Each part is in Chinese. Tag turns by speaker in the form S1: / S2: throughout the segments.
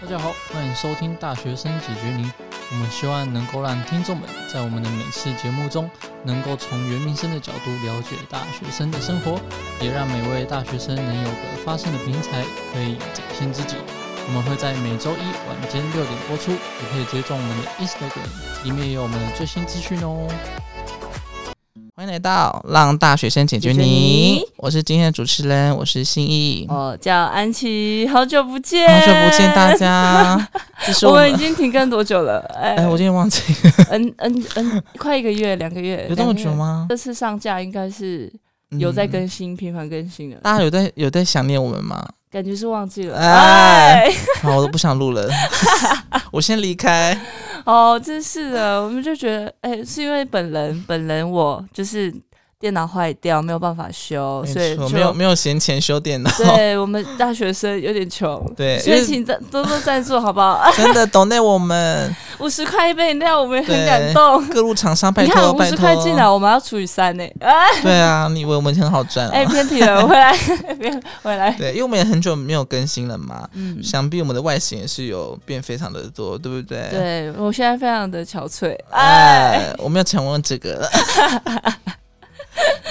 S1: 大家好，欢迎收听《大学生解决您》，我们希望能够让听众们在我们的每次节目中，能够从原民生的角度了解大学生的生活，也让每位大学生能有个发声的平台，可以展现自己。我们会在每周一晚间六点播出，也可以追踪我们的 Instagram，里面也有我们的最新资讯哦。
S2: 欢迎来到《让大学生解决
S3: 解决
S2: 你
S3: 你》，
S2: 我是今天的主持人，我是心意。好
S3: 我哦叫安琪，好久不见，
S2: 久不见 大。家，这是
S3: 我
S2: 我
S3: 们已
S2: 们
S3: 经停更多久了？哎、
S2: 哎，我今天忘 记
S3: 嗯嗯嗯，快一个月，两个月，
S2: 有这么
S3: 两个月
S2: 久？吗？
S3: 这次上架应该是
S2: 嗯
S3: 有在更新，频繁更新的，
S2: 大家有在有在想念我们吗？
S3: 感觉是忘记了。
S2: 哎
S3: 哎，
S2: 好，我都不想录 了，我先离开。
S3: 哦，真是的，我们就觉得，哎、是因为本人本人我就是电脑坏掉，没有办法修，哦所
S2: 没
S3: 以
S2: 错，
S3: 就
S2: 没有没有闲钱修电脑，
S3: 对我们大学生有点穷，
S2: 对
S3: 所
S2: 因
S3: 以
S2: 为
S3: 请赞多多赞助好不好？
S2: 真的懂内我们
S3: 五十块一杯饮料，我们也
S2: 对
S3: 很感动。
S2: 各路厂商拜
S3: 你看
S2: 托
S3: 五
S2: 拜
S3: 十块进来，
S2: 托。
S3: 我们要除以三呢、哎
S2: 对啊，你以为我们很好赚
S3: 哎，
S2: 啊？
S3: 偏题了，回来， 偏回来。
S2: 对，因为我们也很久没有更新了嘛，
S3: 嗯，
S2: 想必我们的外形也是有变非常的多，对不对？
S3: 对我现在非常的憔悴。哎，
S2: 哎，我们要成问这个。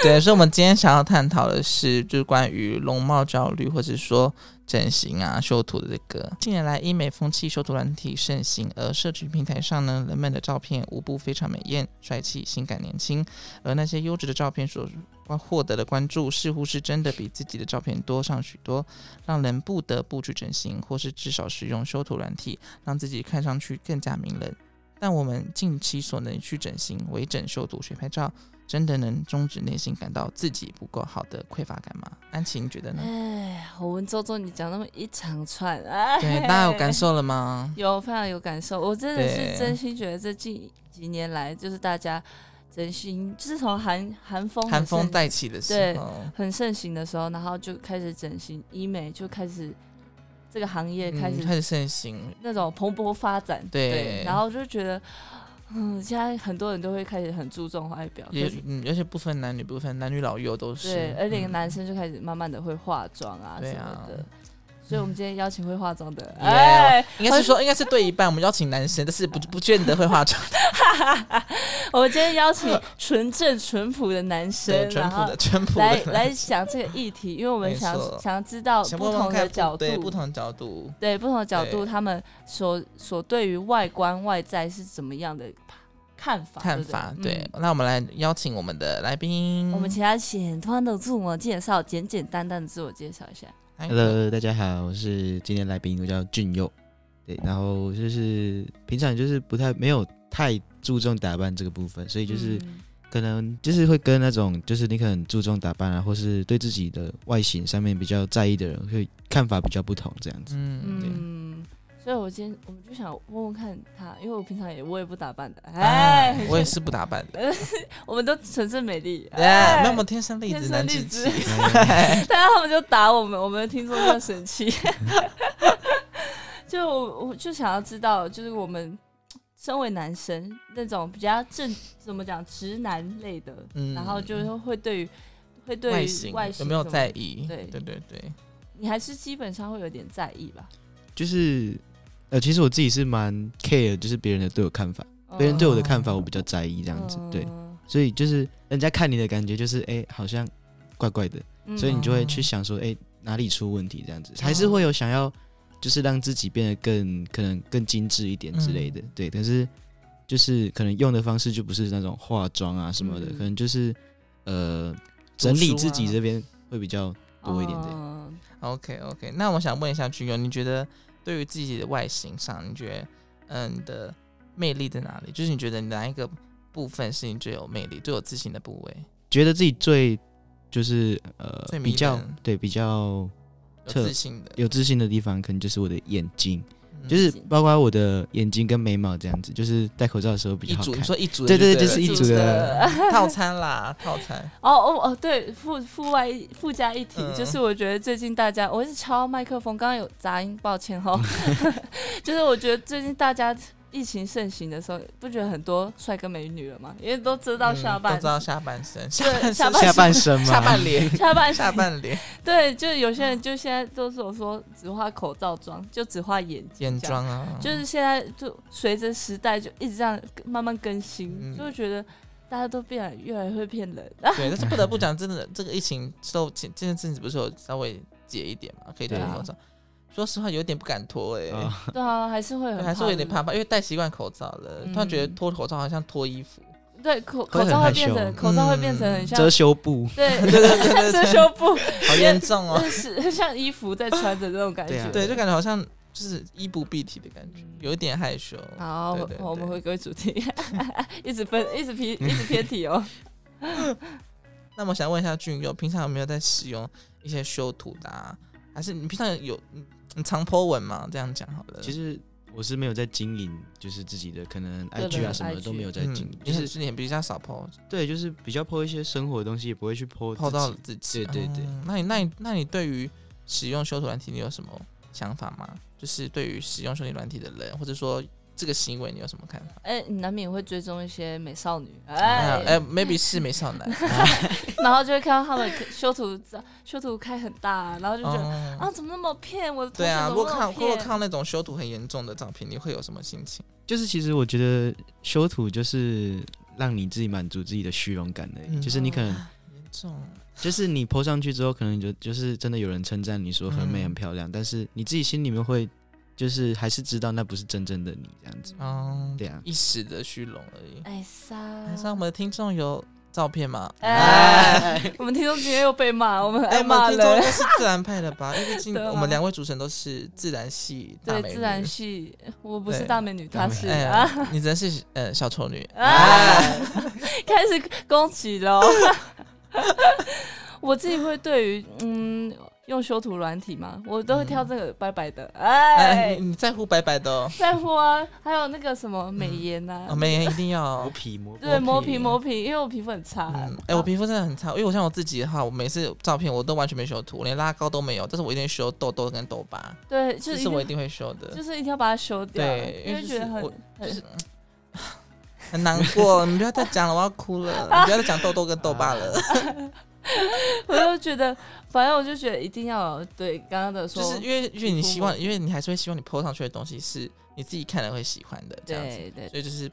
S2: 对，所以，我们今天想要探讨的是，就是关于容貌焦虑，或者说整形啊、修图的这个。近年来，医美风气、修图软体盛行，而社群平台上呢，人们的照片无不非常美艳、帅气、性感、年轻，而那些优质的照片所获得的关注，似乎是真的比自己的照片多上许多，让人不得不去整形，或是至少使用修图软体，让自己看上去更加迷人。但我们近期所能去整形、微整、修图、学拍照，真的能终止内心感到自己不够好的匮乏感吗？安琪，你觉得呢？
S3: 哎，我问周周，你讲那么一长串，哎，
S2: 对，大家有感？受了 吗？
S3: 有，非常有感受。我真的
S2: 对
S3: 是真心觉得这近几年来，就是大家真心，自从韩韩风很
S2: 寒风
S3: 盛
S2: 带起的时
S3: 对
S2: 候，
S3: 很盛行的时候，然后就开始整形医美，就开始这个行业开
S2: 嗯，
S3: 始
S2: 开始盛行，
S3: 那种蓬勃发展，
S2: 对
S3: 然后就觉得，嗯，现在很多人都会开始很注重外表，可
S2: 也
S3: 是
S2: 嗯，而且不分男女，不分男女老幼都是。
S3: 对，而且
S2: 嗯
S3: 男生就开始慢慢的会化妆啊
S2: 对
S3: 什
S2: 啊
S3: 么的，所以我们今天邀请会化妆的，
S2: Yeah
S3: 哎，
S2: 应该是说，应该是对一半，我们邀请男生，但是不不见得会化妆，
S3: 我们今天邀请纯正淳朴的男
S2: 对，
S3: 生，
S2: 淳
S3: 然
S2: 朴
S3: 后
S2: 的淳朴的
S3: 来
S2: 男生
S3: 来讲这个议题，因为我们
S2: 没
S3: 想
S2: 错
S3: 想知道
S2: 想
S3: 不
S2: 问问
S3: 同
S2: 看
S3: 的角
S2: 对不
S3: 度。
S2: 同的角度，
S3: 对不同的角度，
S2: 对
S3: 他们所所对于外观外在是怎么样的看法？
S2: 看
S3: 对不
S2: 法，
S3: 嗯
S2: 对，那我们来邀请我们的来宾，
S3: 我们请他简单的自我介绍，简简单单的自我介绍一下。
S2: 韩国
S4: Hello，大家好，我是今天来宾，我叫俊佑。对，然后就是平常就是不太没有太注重打扮这个部分，所以就是
S3: 嗯
S4: 可能就是会跟那种就是你可能注重打扮啊，或是对自己的外形上面比较在意的人，会看法比较不同这样子。
S2: 嗯，对
S3: 嗯，所以我今天我们就想问问看他，因为我平常也我也不打扮的，哎，
S2: 哎，我也是不打扮的，
S3: 我们都纯正美丽，
S2: 哎，
S3: 哎
S2: 那我们天生丽
S3: 天
S2: 质
S3: 生
S2: 难
S3: 丽
S2: 自
S3: 质
S2: 弃。 哎
S3: 但他们就打我们，我们的听众就要生气。 就我我就想要知道，就是我们身为男生那种比较正怎么讲直男类的，
S2: 嗯
S3: 然后就是会对于会对于
S2: 外形
S3: 外
S2: 有没有
S3: 怎么
S2: 在意？
S3: 对
S2: 对对对，
S3: 你还是基本上会有点在意吧？
S4: 就是呃，其实我自己是蛮 care，就是别人的对我看法，别人对我的看法我比较在意这
S3: 这
S4: 样子。对，所以就是人家看你的感觉就是哎、好像怪怪的。
S2: 嗯
S4: 所以你就会去想说，哎、哪里出问题这样子，
S2: 哦
S4: 还是会有想要，就是让自己变得更可能更精致一点之类
S2: 嗯
S4: 的，对。但是就是可能用的方式就不是那种化妆啊什么的，
S3: 嗯
S4: 可能就是呃
S2: 读书啊
S4: 整理自己这边会比较多一点的。
S3: 嗯
S2: OK OK，那我想问一下君友，你觉得对于自己的外形上，你觉得嗯你的魅力在哪里？就是你觉得哪一个部分是你最有魅力、最有自信的部位？
S4: 觉得自己最就是呃
S2: 最迷
S4: 比较
S2: 人
S4: 对比较
S2: 有
S4: 特
S2: 自信的，
S4: 有自信的地方，可能就是我的眼睛，
S2: 嗯
S4: 就是
S3: 睛
S4: 包括我的眼睛跟眉毛这样子，就是戴口罩的时候比
S2: 一
S4: 较好
S2: 组，你
S4: 看。
S2: 说一组的
S4: 对
S2: 对
S4: 对对，
S2: 了
S4: 就是一
S3: 组
S4: 组的
S3: 的。
S2: 套餐啦，套餐。
S3: 哦哦哦，对，附附外附加一提，
S2: 嗯
S3: 就是我觉得最近大
S4: 嗯
S3: 家，我是敲麦克风，刚刚有杂音，抱歉哈。就是我觉得最近大家疫情盛行的时候，不觉得很多帅哥美女了吗？因为都遮到下
S2: 嗯
S3: 半
S2: 都知道下半身，下
S3: 对
S2: 半
S3: 下
S2: 身
S3: 半，
S4: 下半 身嘛，啊
S2: 下半脸
S3: 下半
S2: 下半脸，
S3: 对，就有些人就现在都是我说只画口罩妆，就只画眼睛
S2: 眼
S3: 这样。
S2: 妆啊，
S3: 就是现在就随着时代就一直这样慢慢更新，
S2: 嗯
S3: 就会觉得大家都变得越来越会骗 人。啊
S2: 对，但 是不得不讲，真的这个疫情受前这件事情不是有稍微解一点嘛，可以脱
S4: 对啊
S2: 口罩。说实话，有点不敢脱哎、
S4: 哦
S3: 对啊，还是会很
S2: 还是会有点
S3: 怕
S2: 怕怕，因为戴习惯口罩了，
S3: 嗯
S2: 突然觉得脱口罩好像脱衣 服，
S3: 的。对，口
S4: 会
S3: 口
S4: 很
S3: 罩会
S4: 害
S3: 变
S4: 羞
S3: 成口罩会变成
S2: 嗯
S3: 很像
S4: 遮羞布，
S3: 对
S2: 对对对对
S3: 遮
S2: 对，
S3: 羞布，
S2: 好严重哦。
S3: 是 像衣服在穿的那种感
S4: 对
S3: 觉
S4: 啊。
S2: 对，就感觉好像就是衣不蔽体的感觉，有一点害羞。
S3: 好，
S2: 啊对
S3: 我
S2: 对对
S3: 我们回归主题， 一直分，一直偏，一直偏题哦。
S2: 那么想问一下俊佑，平常有没有在使用一些修图的、啊？还是你平常有你你常 po 文吗？这样讲好了。
S4: 其实我是没有在经营，就是自己的可能
S3: 个人
S4: IG 啊什么的
S3: IG
S4: 都没有在经
S2: 嗯
S4: 营，，
S2: 你
S4: 就是是
S2: 是你比较少 po
S4: 对，就是比较 po 一些生活的东西，也不会去 po 自
S2: po 到
S4: 己
S2: 自己。
S4: 对对对
S2: 哦那你那你那你对于使用修图软体，你有什么想法吗？就是对于使用修图软体的人，或者说这个行为，你有什么看法？
S3: 哎，你难免会追踪一些美少女，
S2: 哎
S3: 哎，
S2: ，maybe 是美 少男，
S3: 然后就会看到他们修图，修图开很大，然后就觉得
S2: 哦
S3: 啊，怎么那么骗我的头
S2: 对啊，
S3: 怎
S2: 如
S3: 么
S2: 果
S3: 那
S2: 看
S3: 么
S2: 如果
S3: 骗
S2: 看？到那种修图很严重的照片，你会有什么心情？
S4: 就是其实我觉得修图就是让你自己满足自己的虚荣感的、
S2: 嗯
S4: 就是你可能
S2: 严重，
S4: 就是你 po 上去之后，可能你就就是真的有人称赞你说哦很
S2: 嗯
S4: 美很漂亮，但是你自己心里面会就是还是知道那不是真正的你这样子，
S2: 嗯，
S4: 对啊，
S2: 一时的虚荣而已。
S3: 哎莎，
S2: 还是我们的听众有照片吗？
S3: 哎， 我们听众今天又被骂，我们很
S2: 哎，
S3: 爱
S2: 我们
S3: 骂
S2: 听众应
S3: 人。
S2: 该是自然派的 吧？因为毕竟
S3: 对啊
S2: 我们两位主持人都是自然系大
S3: 对，
S2: 美
S3: 自然
S2: 女
S3: 系，我不是
S2: 对
S3: 大美女，
S4: 大
S3: 她
S4: 美
S3: 是
S2: 哎
S3: 啊。
S2: 呀，你真是呃小丑女。
S3: 啊， 开始攻击喽。 我自己会对于嗯用修图软体嘛，我都会挑这个白白的，
S2: 哎，
S3: 哎
S2: 你，你在乎白白的哦，
S3: 在乎啊。还有那个什么美颜呐、
S2: 哦美颜一定要。
S4: 皮磨
S3: 对，
S2: 磨
S3: 磨
S2: 皮
S3: 皮磨皮，因为我皮肤很差。
S2: 嗯，哎，我皮肤真的很差，因为我像我自己的话，我每次照片我都完全没修图，我连拉高都没有，但是我一定会修痘痘跟痘疤，
S3: 对，就
S2: 这
S3: 是
S2: 是
S3: 一
S2: 我一定
S3: 定
S2: 会修的。
S3: 就是一定要把它修掉，
S2: 对
S3: 因为
S2: 因为就是
S3: 觉得很
S2: 我
S3: 很、
S2: 就是 嗯很难过，你不要再讲了，我要哭了，你不要再讲痘痘跟痘疤 了。
S3: 我就觉得，反正我就觉得一定要有对刚刚的说，
S2: 就是因为因为你
S3: 皮肤
S2: 希望，
S3: 嘛
S2: 因为你还是会希望你 PO 上去的东西是你自己看了会喜欢的这样子，
S3: 对对
S2: 所以就是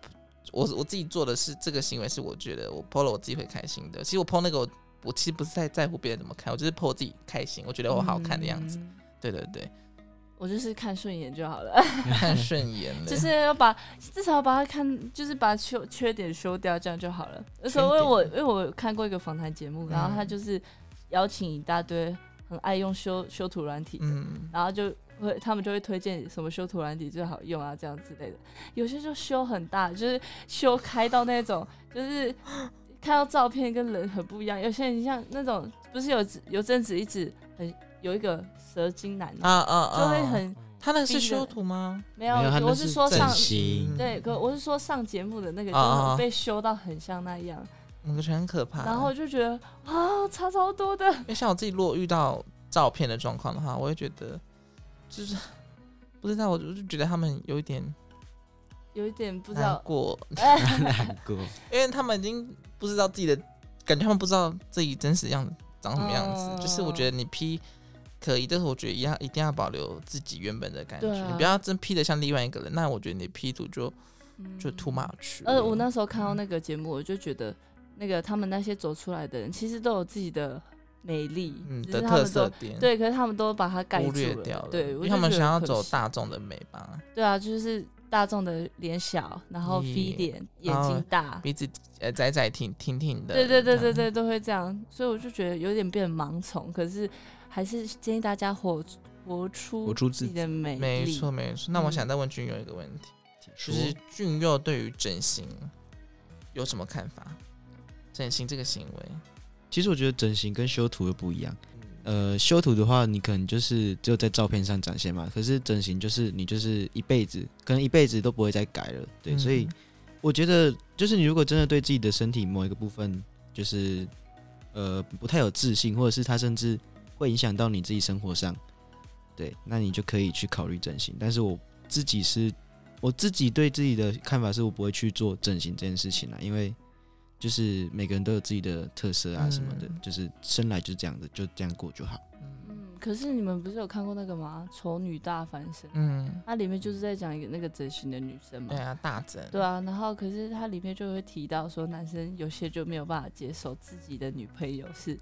S2: 我我自己做的是这个行为，是我觉得我 PO 了我自己会开心的。其实我 PO 那个我我其实不是在在乎别人怎么看，我就是 PO 我自己开心，我觉得我好看的样子。
S3: 嗯
S2: 对对对，
S3: 我就是看顺眼就好了。
S2: 看顺眼了。
S3: 就是要把至少把它看，就是把缺缺点修掉，这样就好了。那时候因为我因为我有看过一个访谈节
S2: 嗯
S3: 目，然后他就是邀请一大堆很爱用修修图软体的，
S2: 嗯，
S3: 然后就会他们就会推荐什么修图软体最好用啊，这样之类的。有些就修很大，就是修开到那种 就是。看到照片跟人很不一样，有些人像那种不是有有阵子一直很有一个蛇精男，
S2: 啊啊啊！
S3: 就会很
S2: 他那个是
S3: 逼人
S2: 修图吗？嗯
S3: 没有
S4: 没有，他，
S3: 我
S4: 那
S3: 是说
S4: 整
S3: 上
S4: 形，
S3: 对，可我是说上节目的那个，
S2: 啊啊
S3: 就
S2: 啊
S3: 是被修到很像那样，
S2: 我觉得很可怕。
S3: 然后我就觉得啊，差超多的。
S2: 因为像我自己，如果遇到照片的状况的话，我会觉得就是 不知道，我就觉得他们有一点
S3: 有一点不知
S2: 难
S3: 道，
S2: 过，
S3: 哎，
S4: 难过，
S2: 因为他们已经不知道自己的感觉，他们不知道自己真实样子长什么样子。
S3: 哦
S2: 就是我觉得你 P 可以，但是我觉得一样一定要保留自己原本的感觉，
S3: 对啊
S2: 你不要真 P 的像另外一个人，那我觉得你 P 图就
S3: 嗯
S2: 就 too much 了。
S3: 呃，我那时候看到那个节目，我就觉得那个他们那些走出来的人，其实都有自己的美丽，
S2: 嗯
S3: 只
S2: 的
S3: 是他
S2: 特
S3: 们
S2: 色
S3: 都
S2: 点。
S3: 对，可是他们都把它盖
S2: 忽
S3: 住
S2: 略掉了，
S3: 对，
S2: 因
S3: 我
S2: 为
S3: 就
S2: 他们
S3: 觉得
S2: 想要
S3: 可
S2: 走
S3: 惜，
S2: 大众的美吧，
S3: 对啊，就是大众的脸小，然后
S2: 咦
S3: V 脸，
S2: 然
S3: 眼
S2: 后
S3: 睛大，
S2: 鼻子呃窄窄挺挺挺的，
S3: 对对对
S2: 这
S3: 对
S2: 样
S3: 对，都会这样，所以我就觉得有点变盲从，可是还是建议大家活活出
S4: 活出
S3: 自
S4: 自
S3: 己的美
S2: 没
S3: 丽
S2: 错没错。那我
S3: 嗯
S2: 想再问俊佑一个问题， 就
S4: 说
S2: 是俊佑对于整形有什么看法？整形这个行为，
S4: 其实我觉得整形跟修图又不一样。呃，修图的话，你可能就是只有在照片上展现嘛，可是整形就是你就是一辈子，可能一辈子都不会再改了。对，
S2: 嗯
S4: 所以我觉得就是你如果真的对自己的身体某一个部分就是呃不太有自信，或者是它甚至会影响到你自己生活上，对，那你就可以去考虑整形。但是我自己是。我自己对自己的看法是我不会去做整形这件事情啦，因为就是每个人都有自己的特色啊什么的，
S2: 嗯
S4: 就是生来就是这样的，就这样过就好。
S3: 嗯，可是你们不是有看过那个吗？《丑女大翻身》，
S2: 嗯，
S3: 它里面就是在讲一个那个整形的女生嘛
S2: 对。啊，大整，
S3: 对啊，然后可是它里面就会提到说，男生有些就没有办法接受自己的女朋友是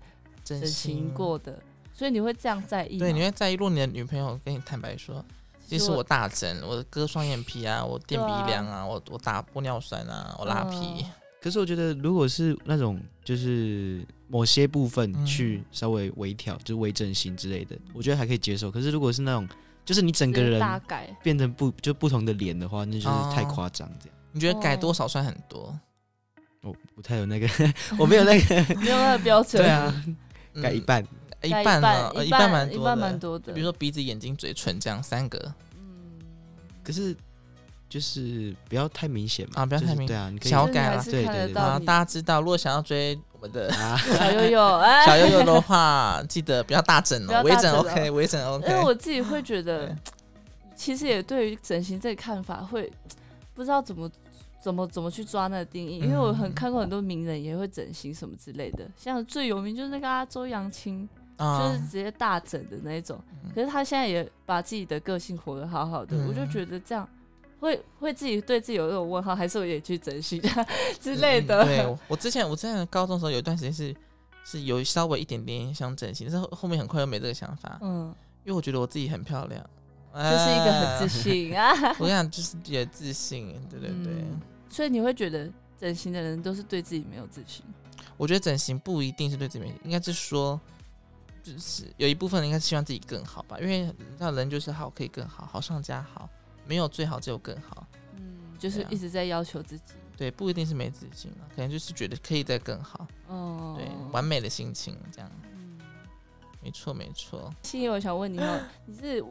S2: 整
S3: 整形，过的，所以你会这样在意吗？
S2: 对，你会在意。如果你的女朋友跟你坦白说，其实我大整，我割双眼皮啊，我垫鼻梁啊，我我打玻尿酸啊，我
S3: 嗯
S2: 拉皮，
S4: 可是我觉得，如果是那种就是某些部分
S2: 嗯
S4: 去稍微微调，就是微整形之类的，我觉得还可以接受。可是如果是那种就是你整
S3: 整
S4: 个
S3: 大
S4: 人
S3: 改，
S4: 变成不就不同的脸的话，那就是太
S2: 哦
S4: 夸张 这样。
S2: 你觉得改
S3: 哦
S2: 多少算很多？
S4: 我不太有那个，我没有那 个，
S3: 没有那个标准。
S4: 对啊，
S2: 嗯
S4: 改一，半。
S2: 一
S3: 改一
S2: 半啊，呃
S3: 一
S2: 半
S3: 半
S2: 蛮
S3: 一
S2: 多
S3: 半
S2: 的
S3: 蛮多的
S2: 比如说鼻子、眼睛、嘴唇这样三个，
S3: 嗯，
S4: 可是就是不要太明显嘛，
S2: 啊不要太
S4: 就是
S2: 明
S4: 对啊，你可以
S2: 想要
S3: 就是
S2: 改
S3: 你还
S2: 啦
S3: 是
S4: 对
S3: 看
S4: 对
S3: 得
S4: 对
S2: 啊，
S3: 到你
S2: 大家知道，如果想要追我们 的
S4: 啊，
S3: 小 悠悠，哎，
S2: 小悠悠的话，记得不要大整
S3: 不
S2: 哦，
S3: 要
S2: 微
S3: 大
S2: 整
S3: 整哦
S2: OK，微整
S3: 因为
S2: OK。
S3: 我自己会觉得
S2: 对，
S3: 其实也对于整形这个看法会不知道怎么怎么怎么去抓那个定义，因为我很
S2: 嗯
S3: 看过很多名人也会整形什么之类的，像最有名就是那个、啊、周扬青，就
S2: 啊
S3: 是直接大整的那一种，
S2: 嗯
S3: 可是他现在也把自己的个性活得好好的，
S2: 嗯
S3: 我就觉得这样。会会自己对自己有那种问号，还是我也去整形之类的？
S2: 嗯对，我之前我之前高中的时候有一段时间是是有稍微一点点想整形，但是后后面很快又没这个想法，
S3: 嗯，
S2: 因为我觉得我自己很漂亮，
S3: 就
S2: 这
S3: 是一个很自。信啊。
S2: 我跟你讲，就是也自信，对对对。
S3: 嗯所以你会觉得整形的人都是对自己没有自信。
S2: 我觉得整形不一定是对自己没，应该是说，就是有一部分人应该是希望自己更好吧，因为你知道人就是好可以更好，好上加好，没有最好只有更好。
S3: 嗯，就是
S2: 对啊
S3: 一直在要求自己。
S2: 对，不一定是没自信啊，可能就是觉得可以再更好，
S3: 哦，
S2: 对，完美的心情这样，
S3: 嗯。
S2: 没错没错。
S3: 心怡，我想问你 哦，你是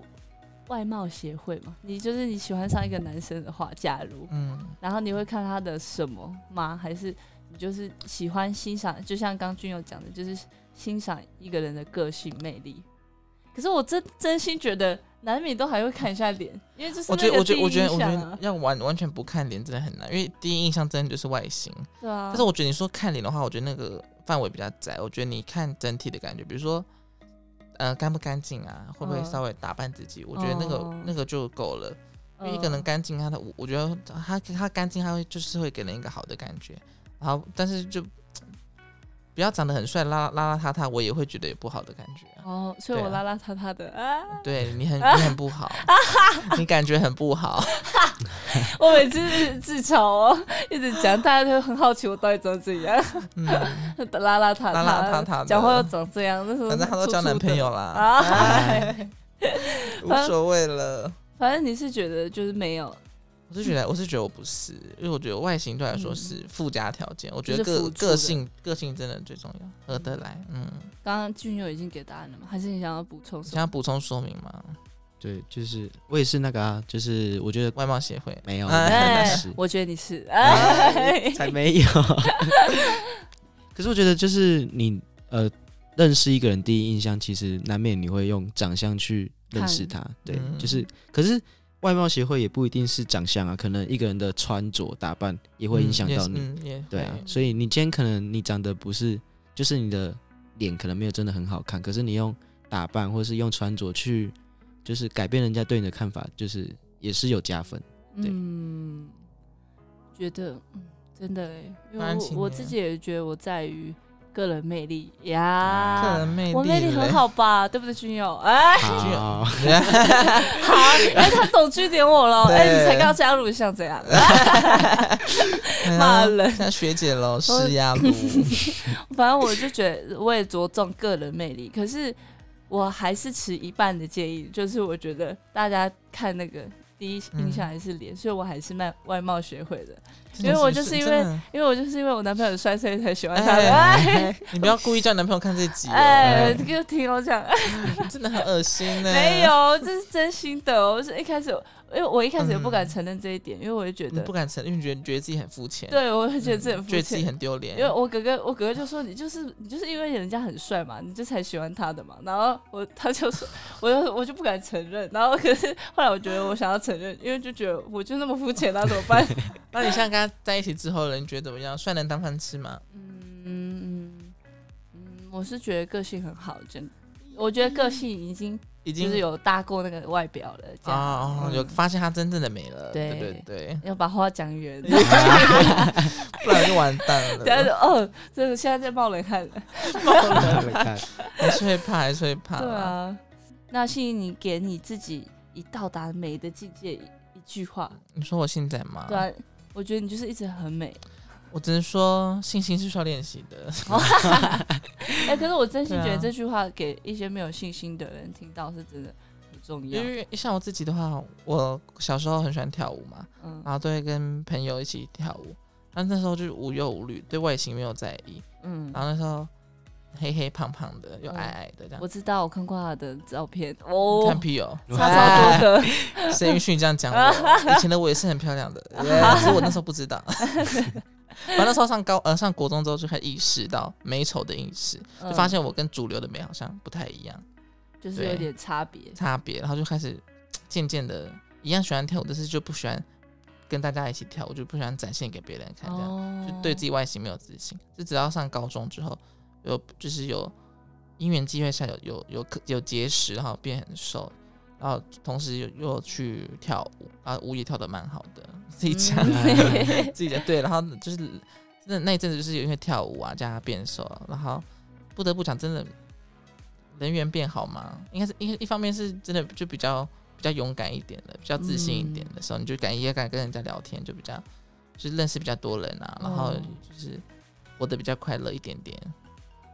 S3: 外貌协会吗？你就是你喜欢上一个男生的话，假如，
S2: 嗯，
S3: 然后你会看他的什么吗？还是你就是喜欢欣赏？就像刚君友讲的，就是欣赏一个人的个性魅力。可是我真真心觉得，难免都还会看一下脸，因为就是
S2: 我觉得
S3: 那个
S2: 我觉
S3: 第
S2: 得
S3: 一
S2: 我觉得我觉
S3: 印象
S2: 得
S3: 啊
S2: 要完完全不看脸真的很难，因为第一印象真的就是外形。
S3: 对啊，
S2: 但是我觉得你说看脸的话，我觉得那个范围比较窄。我觉得你看整体的感觉，比如说，呃，干不干净啊，会不会
S3: 嗯
S2: 稍微打扮自己？我觉得那个、
S3: 哦
S2: 那个就够了。因为一个
S3: 嗯
S2: 人干净，他的我我觉得他他干净，他会就是会给人一个好的感觉。然后，但是就不要长得很帅，邋邋邋遢遢，我也会觉得有不好的感觉啊、
S3: 哦，所以我
S2: 对啊
S3: 邋邋遢遢的啊，
S2: 对你很你很不好， 你感觉很不好。
S3: 我每次自嘲哦，一直讲，大家都很好奇我到底长怎样，
S2: 嗯，
S3: 邋邋遢
S2: 邋邋遢遢的
S3: 讲话又长这样，那时候
S2: 反正他都交男朋友啦，
S3: 啊。
S2: 哎无
S3: 反
S2: 所谓了。
S3: 反正你是觉得就是没有，
S2: 我是觉得，我是觉得我不是，因为我觉得外形对我来说是附加条件，我觉得
S3: 嗯就是
S2: 个
S3: 辅助的
S2: 个性个性真的最重要，合得来。嗯，
S3: 刚刚俊佑已经给答案了吗？还是你想要补充
S2: 你
S3: 什
S2: 想
S3: 么？
S2: 要补充说明吗？
S4: 对，就是我也是那个啊，就是我觉得
S2: 外貌协会，
S4: 没有，
S2: 哎
S4: 没
S3: 哎
S4: 有是，
S3: 我觉得你 是， 哎，
S4: 才没有。可是我觉得，就是你呃，认识一个人第一印象，其实难免你会用长相去认识他。对，
S2: 嗯
S4: 就是可是外貌协会也不一定是长相啊，可能一个人的穿着打扮也会影响到你。
S2: 嗯也是嗯也
S4: 对啊
S2: 会，
S4: 所以你今天可能你长得不是，就是你的脸可能没有真的很好看，可是你用打扮或是用穿着去，就是改变人家对你的看法，就是也是有加分。 对
S3: 嗯，觉得嗯，真的欸，因为
S2: 蛮
S3: 我
S2: 幸
S3: 我
S2: 运
S3: 自己也觉得我在于个人魅力呀，
S2: 个人魅力，
S3: 我魅力很。好吧，对不对，君友？哎，
S4: 好，
S3: 好，哎，他懂据点我了，
S2: 对
S3: 哎，你才刚加入，像 这样，骂人
S2: 哎现在学姐喽，施压炉，
S3: 反正我就觉得我也着重个人魅力，可是我还是持一半的建议，就是我觉得大家看那个第一印象还是脸，所以我还是卖外貌学会的， 因为我就是因为
S2: 真的
S3: 因为我就是因为我男朋友帅，所以才喜欢他的。哎
S2: 哎，你不要故意叫男朋友看这集哦，
S3: 哎，这个听我讲，
S2: 真的很恶心呢。
S3: 没，有，这是真心的哦。我是一开始，因为我一开始也不敢承认这一点，因为我就觉
S2: 嗯你
S3: 得
S2: 嗯不，敢承认，因为觉得觉得自己很肤浅，
S3: 对我会觉得自己
S2: 嗯，
S3: 很
S2: 觉
S3: 肤
S2: 得自己
S3: 浅，
S2: 很丢脸，
S3: 因为我哥哥，我哥哥就说你就是你就是因为人家很帅嘛，你就才喜欢他的嘛。然后我他就说，我就我就不敢承认。然后可是后来我觉得我想要承承认，因为就觉得我就那么肤浅，那怎么办？
S2: 那你现在跟他在一起之后了，你觉得怎么样？算能当饭吃吗？
S3: 嗯嗯，我是觉得个性很好，真的，我觉得个性已经
S2: 已经
S3: 就是有大过那个外表了，这样、
S2: 啊、哦
S3: 嗯
S2: 有发现他真正的美了，对
S3: 对
S2: 对对，
S3: 要把话讲 圆。
S2: 不然就完蛋
S3: 等下就
S2: 了。
S3: 哦，这个现在在冒冷汗了。
S2: 还是会怕，还是会怕。
S3: 啊对，啊，那信你给你自己已到达美的境界一一句话，
S2: 你说我现在吗？
S3: 对啊，我觉得你就是一直 很美。
S2: 我只能说信心是需要练习的。
S3: 哎、可是我真心觉
S2: 对
S3: 得
S2: 啊
S3: 这句话给一些没有信心的人听到是真的很重要
S2: 因。为像我自己的话，我小时候很喜欢跳舞嘛，
S3: 嗯
S2: 然后都会跟朋友一起跳舞。但那时候就是无忧无虑，对外形没有在意。
S3: 嗯，
S2: 然后那时候黑黑胖胖的，又矮矮的这样
S3: 我。知道，我看过他的照片哦，
S2: 看屁哦，
S3: 差超多 的。
S2: 谁允许你这样讲我？以前的我也是很漂亮的，只是我那时候不知道。反正那时候上高呃上国中之后就开始意识到美丑的意识，就发现我跟主流的美好像不太一样
S3: 嗯就是有点差别。
S2: 差别，然后就开始嘖渐渐的一样喜欢跳舞，但是就不喜欢跟大家一起跳舞，就不喜欢展现给别人看，这样、
S3: 哦
S2: 啊就对自己外形没有自信。就只要上高中之后，有就是有因缘机会下有有有有节食，然后变很瘦，然后同时又又去跳舞，啊舞也跳得蛮好的，自己讲、
S3: 嗯
S2: 自己 讲对，然后就是那那一阵子就是因为跳舞啊，加上变瘦，然后不得不讲，真的人缘变好嘛，应该是因为一方面是真的就比较比较勇敢一点的，比较自信一点的
S3: 嗯
S2: 时候，你就敢也敢跟人家聊天，就比较就是认识比较多人啊，然后
S3: 哦
S2: 就是活得比较快乐一点点，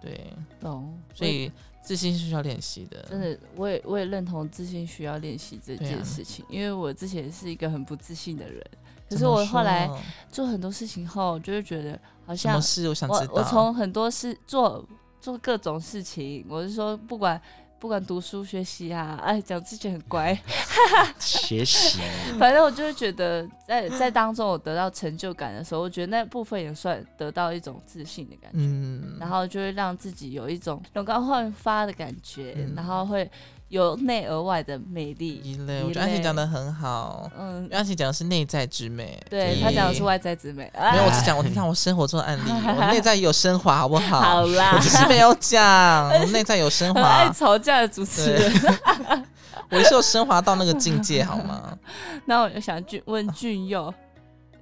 S2: 对，
S3: 懂，
S2: 所以自信是需要练习的，
S3: 真的，我也我也认同自信需要练习这
S2: 对啊
S3: 件事情，因为我之前是一个很不自信的人，可
S2: 怎
S3: 是
S2: 么
S3: 我后来
S2: 说
S3: 做很多事情后，就会觉得好
S2: 什么
S3: 像
S2: 事我想知
S3: 我
S2: 道，
S3: 我从很多事做做各种事情，我是说不管不管读书学习啊，哎，讲自己很乖，
S4: 学习
S3: 反正我就是觉得在在当中我得到成就感的时候，我觉得那部分也算得到一种自信的感觉。
S2: 嗯，
S3: 然后就会让自己有一种容光焕发的感觉，
S2: 嗯
S3: 然后会由内而外的美丽。
S2: 一类，我觉得
S3: 一
S2: 安琪
S3: 类
S2: 讲的很好，
S3: 嗯，
S2: 安琪讲的是内在之美，
S3: 对
S4: 对
S3: 他讲的是外在之美。啊
S2: 没有，我只讲我讲我生活中的案 例，我内在也有升华，好不好？
S3: 啊好啦
S2: 我只，是没有讲，我内在有升
S3: 很爱
S2: 华，
S3: 吵架的主持人。
S2: 我也是有升华到那个境界，好吗？
S3: 那我就想俊问
S4: 哦
S3: 俊佑，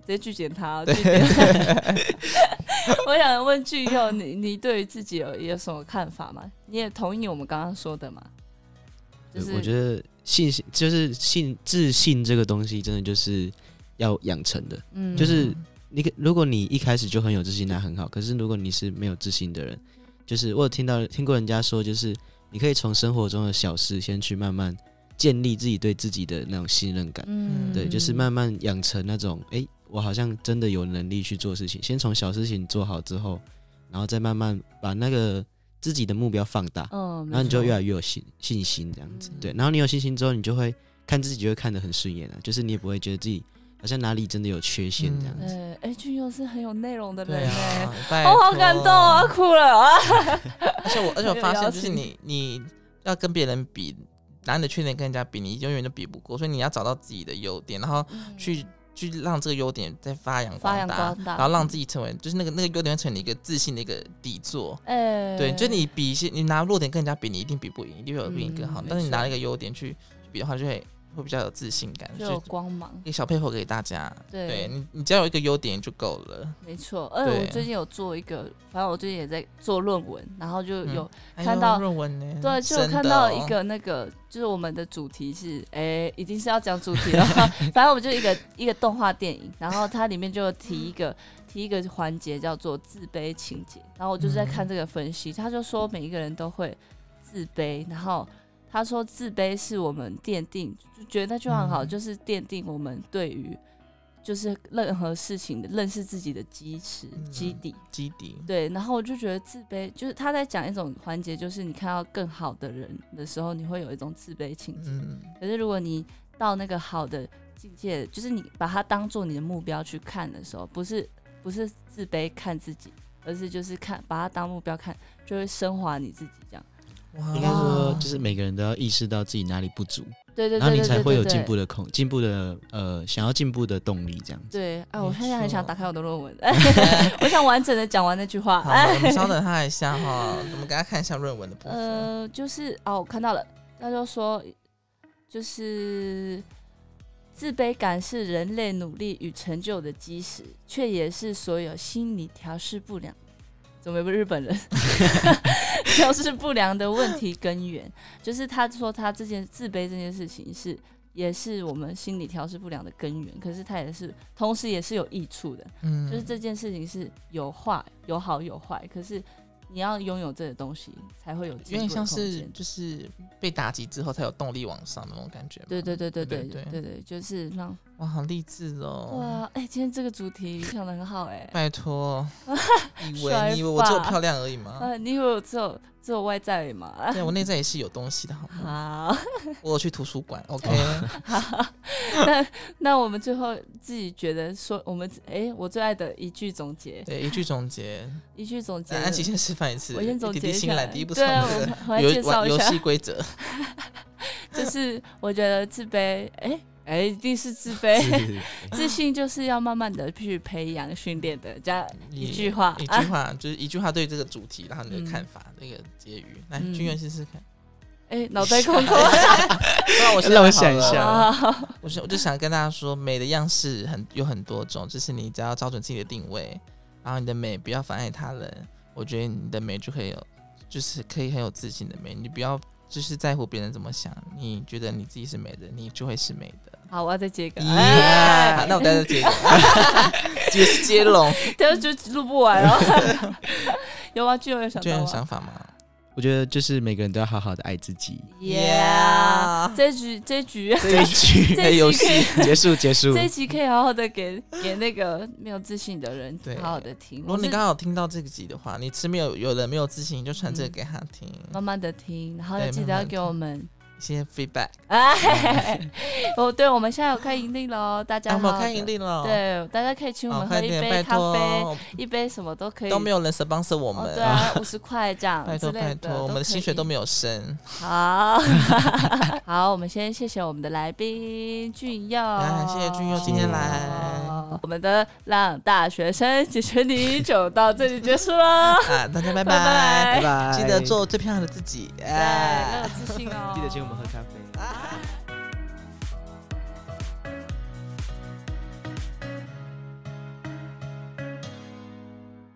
S3: 直接拒绝他、哦。
S2: 对
S3: 拒 绝我想问俊佑，你你对于自己有有什么看法吗？你也同意我们刚刚说的吗？就是
S4: 我觉得信心就是信自信这个东西，真的就是要养成的。
S3: 嗯
S4: 就是你可如果你一开始就很有自信，那很好。可是如果你是没有自信的人，就是我有听到听过人家说，就是你可以从生活中的小事先去慢慢建立自己对自己的那种信任感。
S2: 嗯
S4: 对，就是慢慢养成那种，哎、我好像真的有能力去做事情。先从小事情做好之后，然后再慢慢把那个自己的目标放大，
S3: 嗯，
S4: 然后你就越
S3: 来
S4: 来越有信信心这样子。
S3: 嗯
S4: 对，然后你有信心之后，你就会看自己就会看得很顺眼啊，就是你也不会觉得自己好像哪里真的有缺陷这样
S2: 嗯
S4: 子。
S3: 呃，哎，俊佑是很有内容的
S2: 对
S3: 人哎
S2: 啊，，拜
S3: 我好感动啊，
S2: 托！
S3: 哭了 啊！
S2: 而且我， 而且我发现，就是
S3: 有邀
S2: 你，你要跟别人比，拿你的缺点跟人家比，你永远都比不过，所以你要找到自己的优点，然后去去让这个优点再发扬
S3: 嗯发扬
S2: 光
S3: 光大
S2: 然后让自己成为，就是那个那个优点会成为你一个自信的一个底座。
S3: 哎，
S2: 对，就你比一些，你拿弱点跟人家比，你一定比不赢，一定会有比你更好。
S3: 嗯没
S2: 但是你拿
S3: 错
S2: 那个优点去去比的话，就会会比较有自信感，
S3: 就有
S2: 就
S3: 光芒。
S2: 给小配合给大家。
S3: 对
S2: 你，你只要有一个优点就够了。
S3: 没错，哎，
S2: 对
S4: 啊
S3: 我最近有做一个，反正我最近也在做论文，然后就
S2: 嗯
S3: 有
S2: 哎
S3: 看
S2: 呦
S3: 到
S2: 论文呢，
S3: 对，就有
S2: 真
S3: 看
S2: 的
S3: 到
S2: 哦
S3: 一个那个，就是我们的主题是，哎、已经是要讲主题了。 反正我们就一个一个动画电影，然后它里面就有提一个提一个环节叫做自卑情节，然后我就是
S2: 嗯
S3: 在看这个分析，他就说每一个人都会自卑，然后他说自卑是我们奠定，就觉得那句话很好，
S2: 嗯
S3: 就是奠定我们对于就是任何事情的认识自己的基石
S2: 嗯
S3: 基底。
S2: 基底，
S3: 对，然后我就觉得自卑，就是他在讲一种环节，就是你看到更好的人的时候，你会有一种自卑情节。
S2: 嗯，
S3: 可是如果你到那个好的境界，就是你把它当做你的目标去看的时候，不是不是自卑看自己，而是就是看把它当目标看，就会升华你自己这样。
S2: 哇
S4: 应该说就是每个人都要意识到自己哪里不足，
S3: 哦对对对对对对
S4: 然后你才会有进步
S3: 的。
S4: 的空，进步的呃想要进步的动力这样子。
S3: 对
S2: 没
S3: 啊，我现在很想
S2: 错
S3: 打开我的论文， 我想完整的讲完那句话。
S2: 好，我们稍等他一下哈，我们给他看一下论文的部分。
S3: 呃，就是哦，我看到了，他就说，就是自卑感是人类努力与成就的基石，却也是所有心理调试不良。怎么有个日 本人调试不良的问题根源？就是他说他这件自卑这件事情是，也是我们心理调试不良的根源。可是他也是，同时也是有益处的。
S2: 嗯
S3: 就是这件事情是有坏有好有坏，可是你要拥有这个东西才会有
S2: 有
S3: 进步
S2: 点
S3: 的空
S2: 像是
S3: 间。
S2: 就是被打击之后才有动力往上的那种感觉嘛。
S3: 对对对对
S2: 对
S3: 对
S2: 对
S3: 对对对，就是让
S2: 哇，好励志哦！
S3: 哇，哎、今天这个主题想的很好哎、
S2: 拜 托，以
S3: 甩
S2: 为你以为我只有
S3: 发
S2: 漂亮而已吗？
S3: 呃，你以为我只有只有外在而已吗？
S2: 对我内在也是有东西的，好吗？
S3: 好，
S2: 我有去图书馆，OK，
S4: 哦
S3: 那我们最后自己觉得说，我们哎、我最爱的一句总结，
S2: 对，一句总 结，
S3: 一句总结
S2: 来，安琪先示范一次。
S3: 我先总
S2: 弟
S3: 结
S2: 弟
S3: 一
S2: 新
S3: 下
S2: 来
S3: 来，
S2: 第一步
S3: 对，啊
S2: 上
S3: 我
S2: 的
S3: 我来介
S2: 游
S3: 绍
S2: 玩
S3: 一
S2: 游
S3: 下
S2: 戏，规则，
S3: 就是我觉得自卑，哎、哎、一定是自卑，
S4: 是
S3: 自信就是要慢慢的去培养训练的，这样一
S2: 你
S3: 句话
S2: 一
S3: 啊
S2: 句话 就是一句话对这个主题，然后你的
S3: 嗯
S2: 看法，那个结语。来，
S3: 嗯
S2: 君远试试看。
S3: 哎、脑 袋空空
S2: 不然我先
S4: 让我
S2: 来好
S4: 想一
S2: 了
S4: 下
S3: 啊，
S2: 我是我就想跟大家说，美的样式很有很多种，就是你只要找准自己的定位，然后你的美不要妨碍他人，我觉得你的美就可以有，就是可以很有自信的美，你不要就是在乎别人怎么想，你觉得你自己是美的，你就会是美的。
S3: 好，我要再接一个，
S2: 好
S3: 哎，
S2: 那我再接一个，接是接龙，
S3: 但是就录不完哦。 有吗？就有想
S2: 就
S3: 到
S2: 有
S3: 吗
S2: 想法吗？
S4: 我觉得就是每个人都要好好的爱自己。
S3: ？Yeah，这局这局
S4: 这一 句
S3: 这
S2: 游
S3: 一
S2: 戏
S3: 集可以
S4: 哎结束结束，
S3: 这一集可以好好的给给那个没有自信的人
S2: 对
S3: 好好的听，
S2: 如果
S3: 我
S2: 你
S3: 是
S2: 刚好听到这个集的话，你吃没有有人没有自信，你就传这
S3: 嗯
S2: 个给他听，
S3: 慢慢的听，然后
S2: 对
S3: 记得
S2: 慢慢
S3: 要
S2: 地
S3: 给我们。
S2: 一些 feedback。
S3: 哎， 哦，对，我们现在有开盈利喽，大
S2: 那
S3: 家
S2: 啊我们
S3: 好
S2: 有
S3: 好
S2: 看盈利
S3: 地，
S2: 了，
S3: 对，大家可以请我
S2: 好，
S3: 们喝
S2: 哦啊快
S3: 一
S2: 点，
S3: 杯
S2: 拜
S3: 咖啡，
S2: 托，
S3: 一杯什么都可以，
S2: 都没有人 sponsor 我
S3: 哦
S2: 们，
S3: 对啊，五十块这样
S2: 拜
S3: 之
S2: 托
S3: 类
S2: 拜
S3: 的
S2: 托，我们的薪水都
S3: 可以
S2: 没有升，
S3: 好。 好，我们先谢谢我们的来宾俊佑，
S2: 啊谢谢俊佑今
S4: 天
S2: 来，
S3: 我们的让大学生解决你就到这里结束了
S2: 啊，大家拜
S4: 拜
S2: 拜，
S4: 拜，
S2: 记得做最漂亮的自己，
S3: 对，要
S2: 哎
S3: 有自信哦，
S4: 记得请我们喝咖啡。
S2: 啊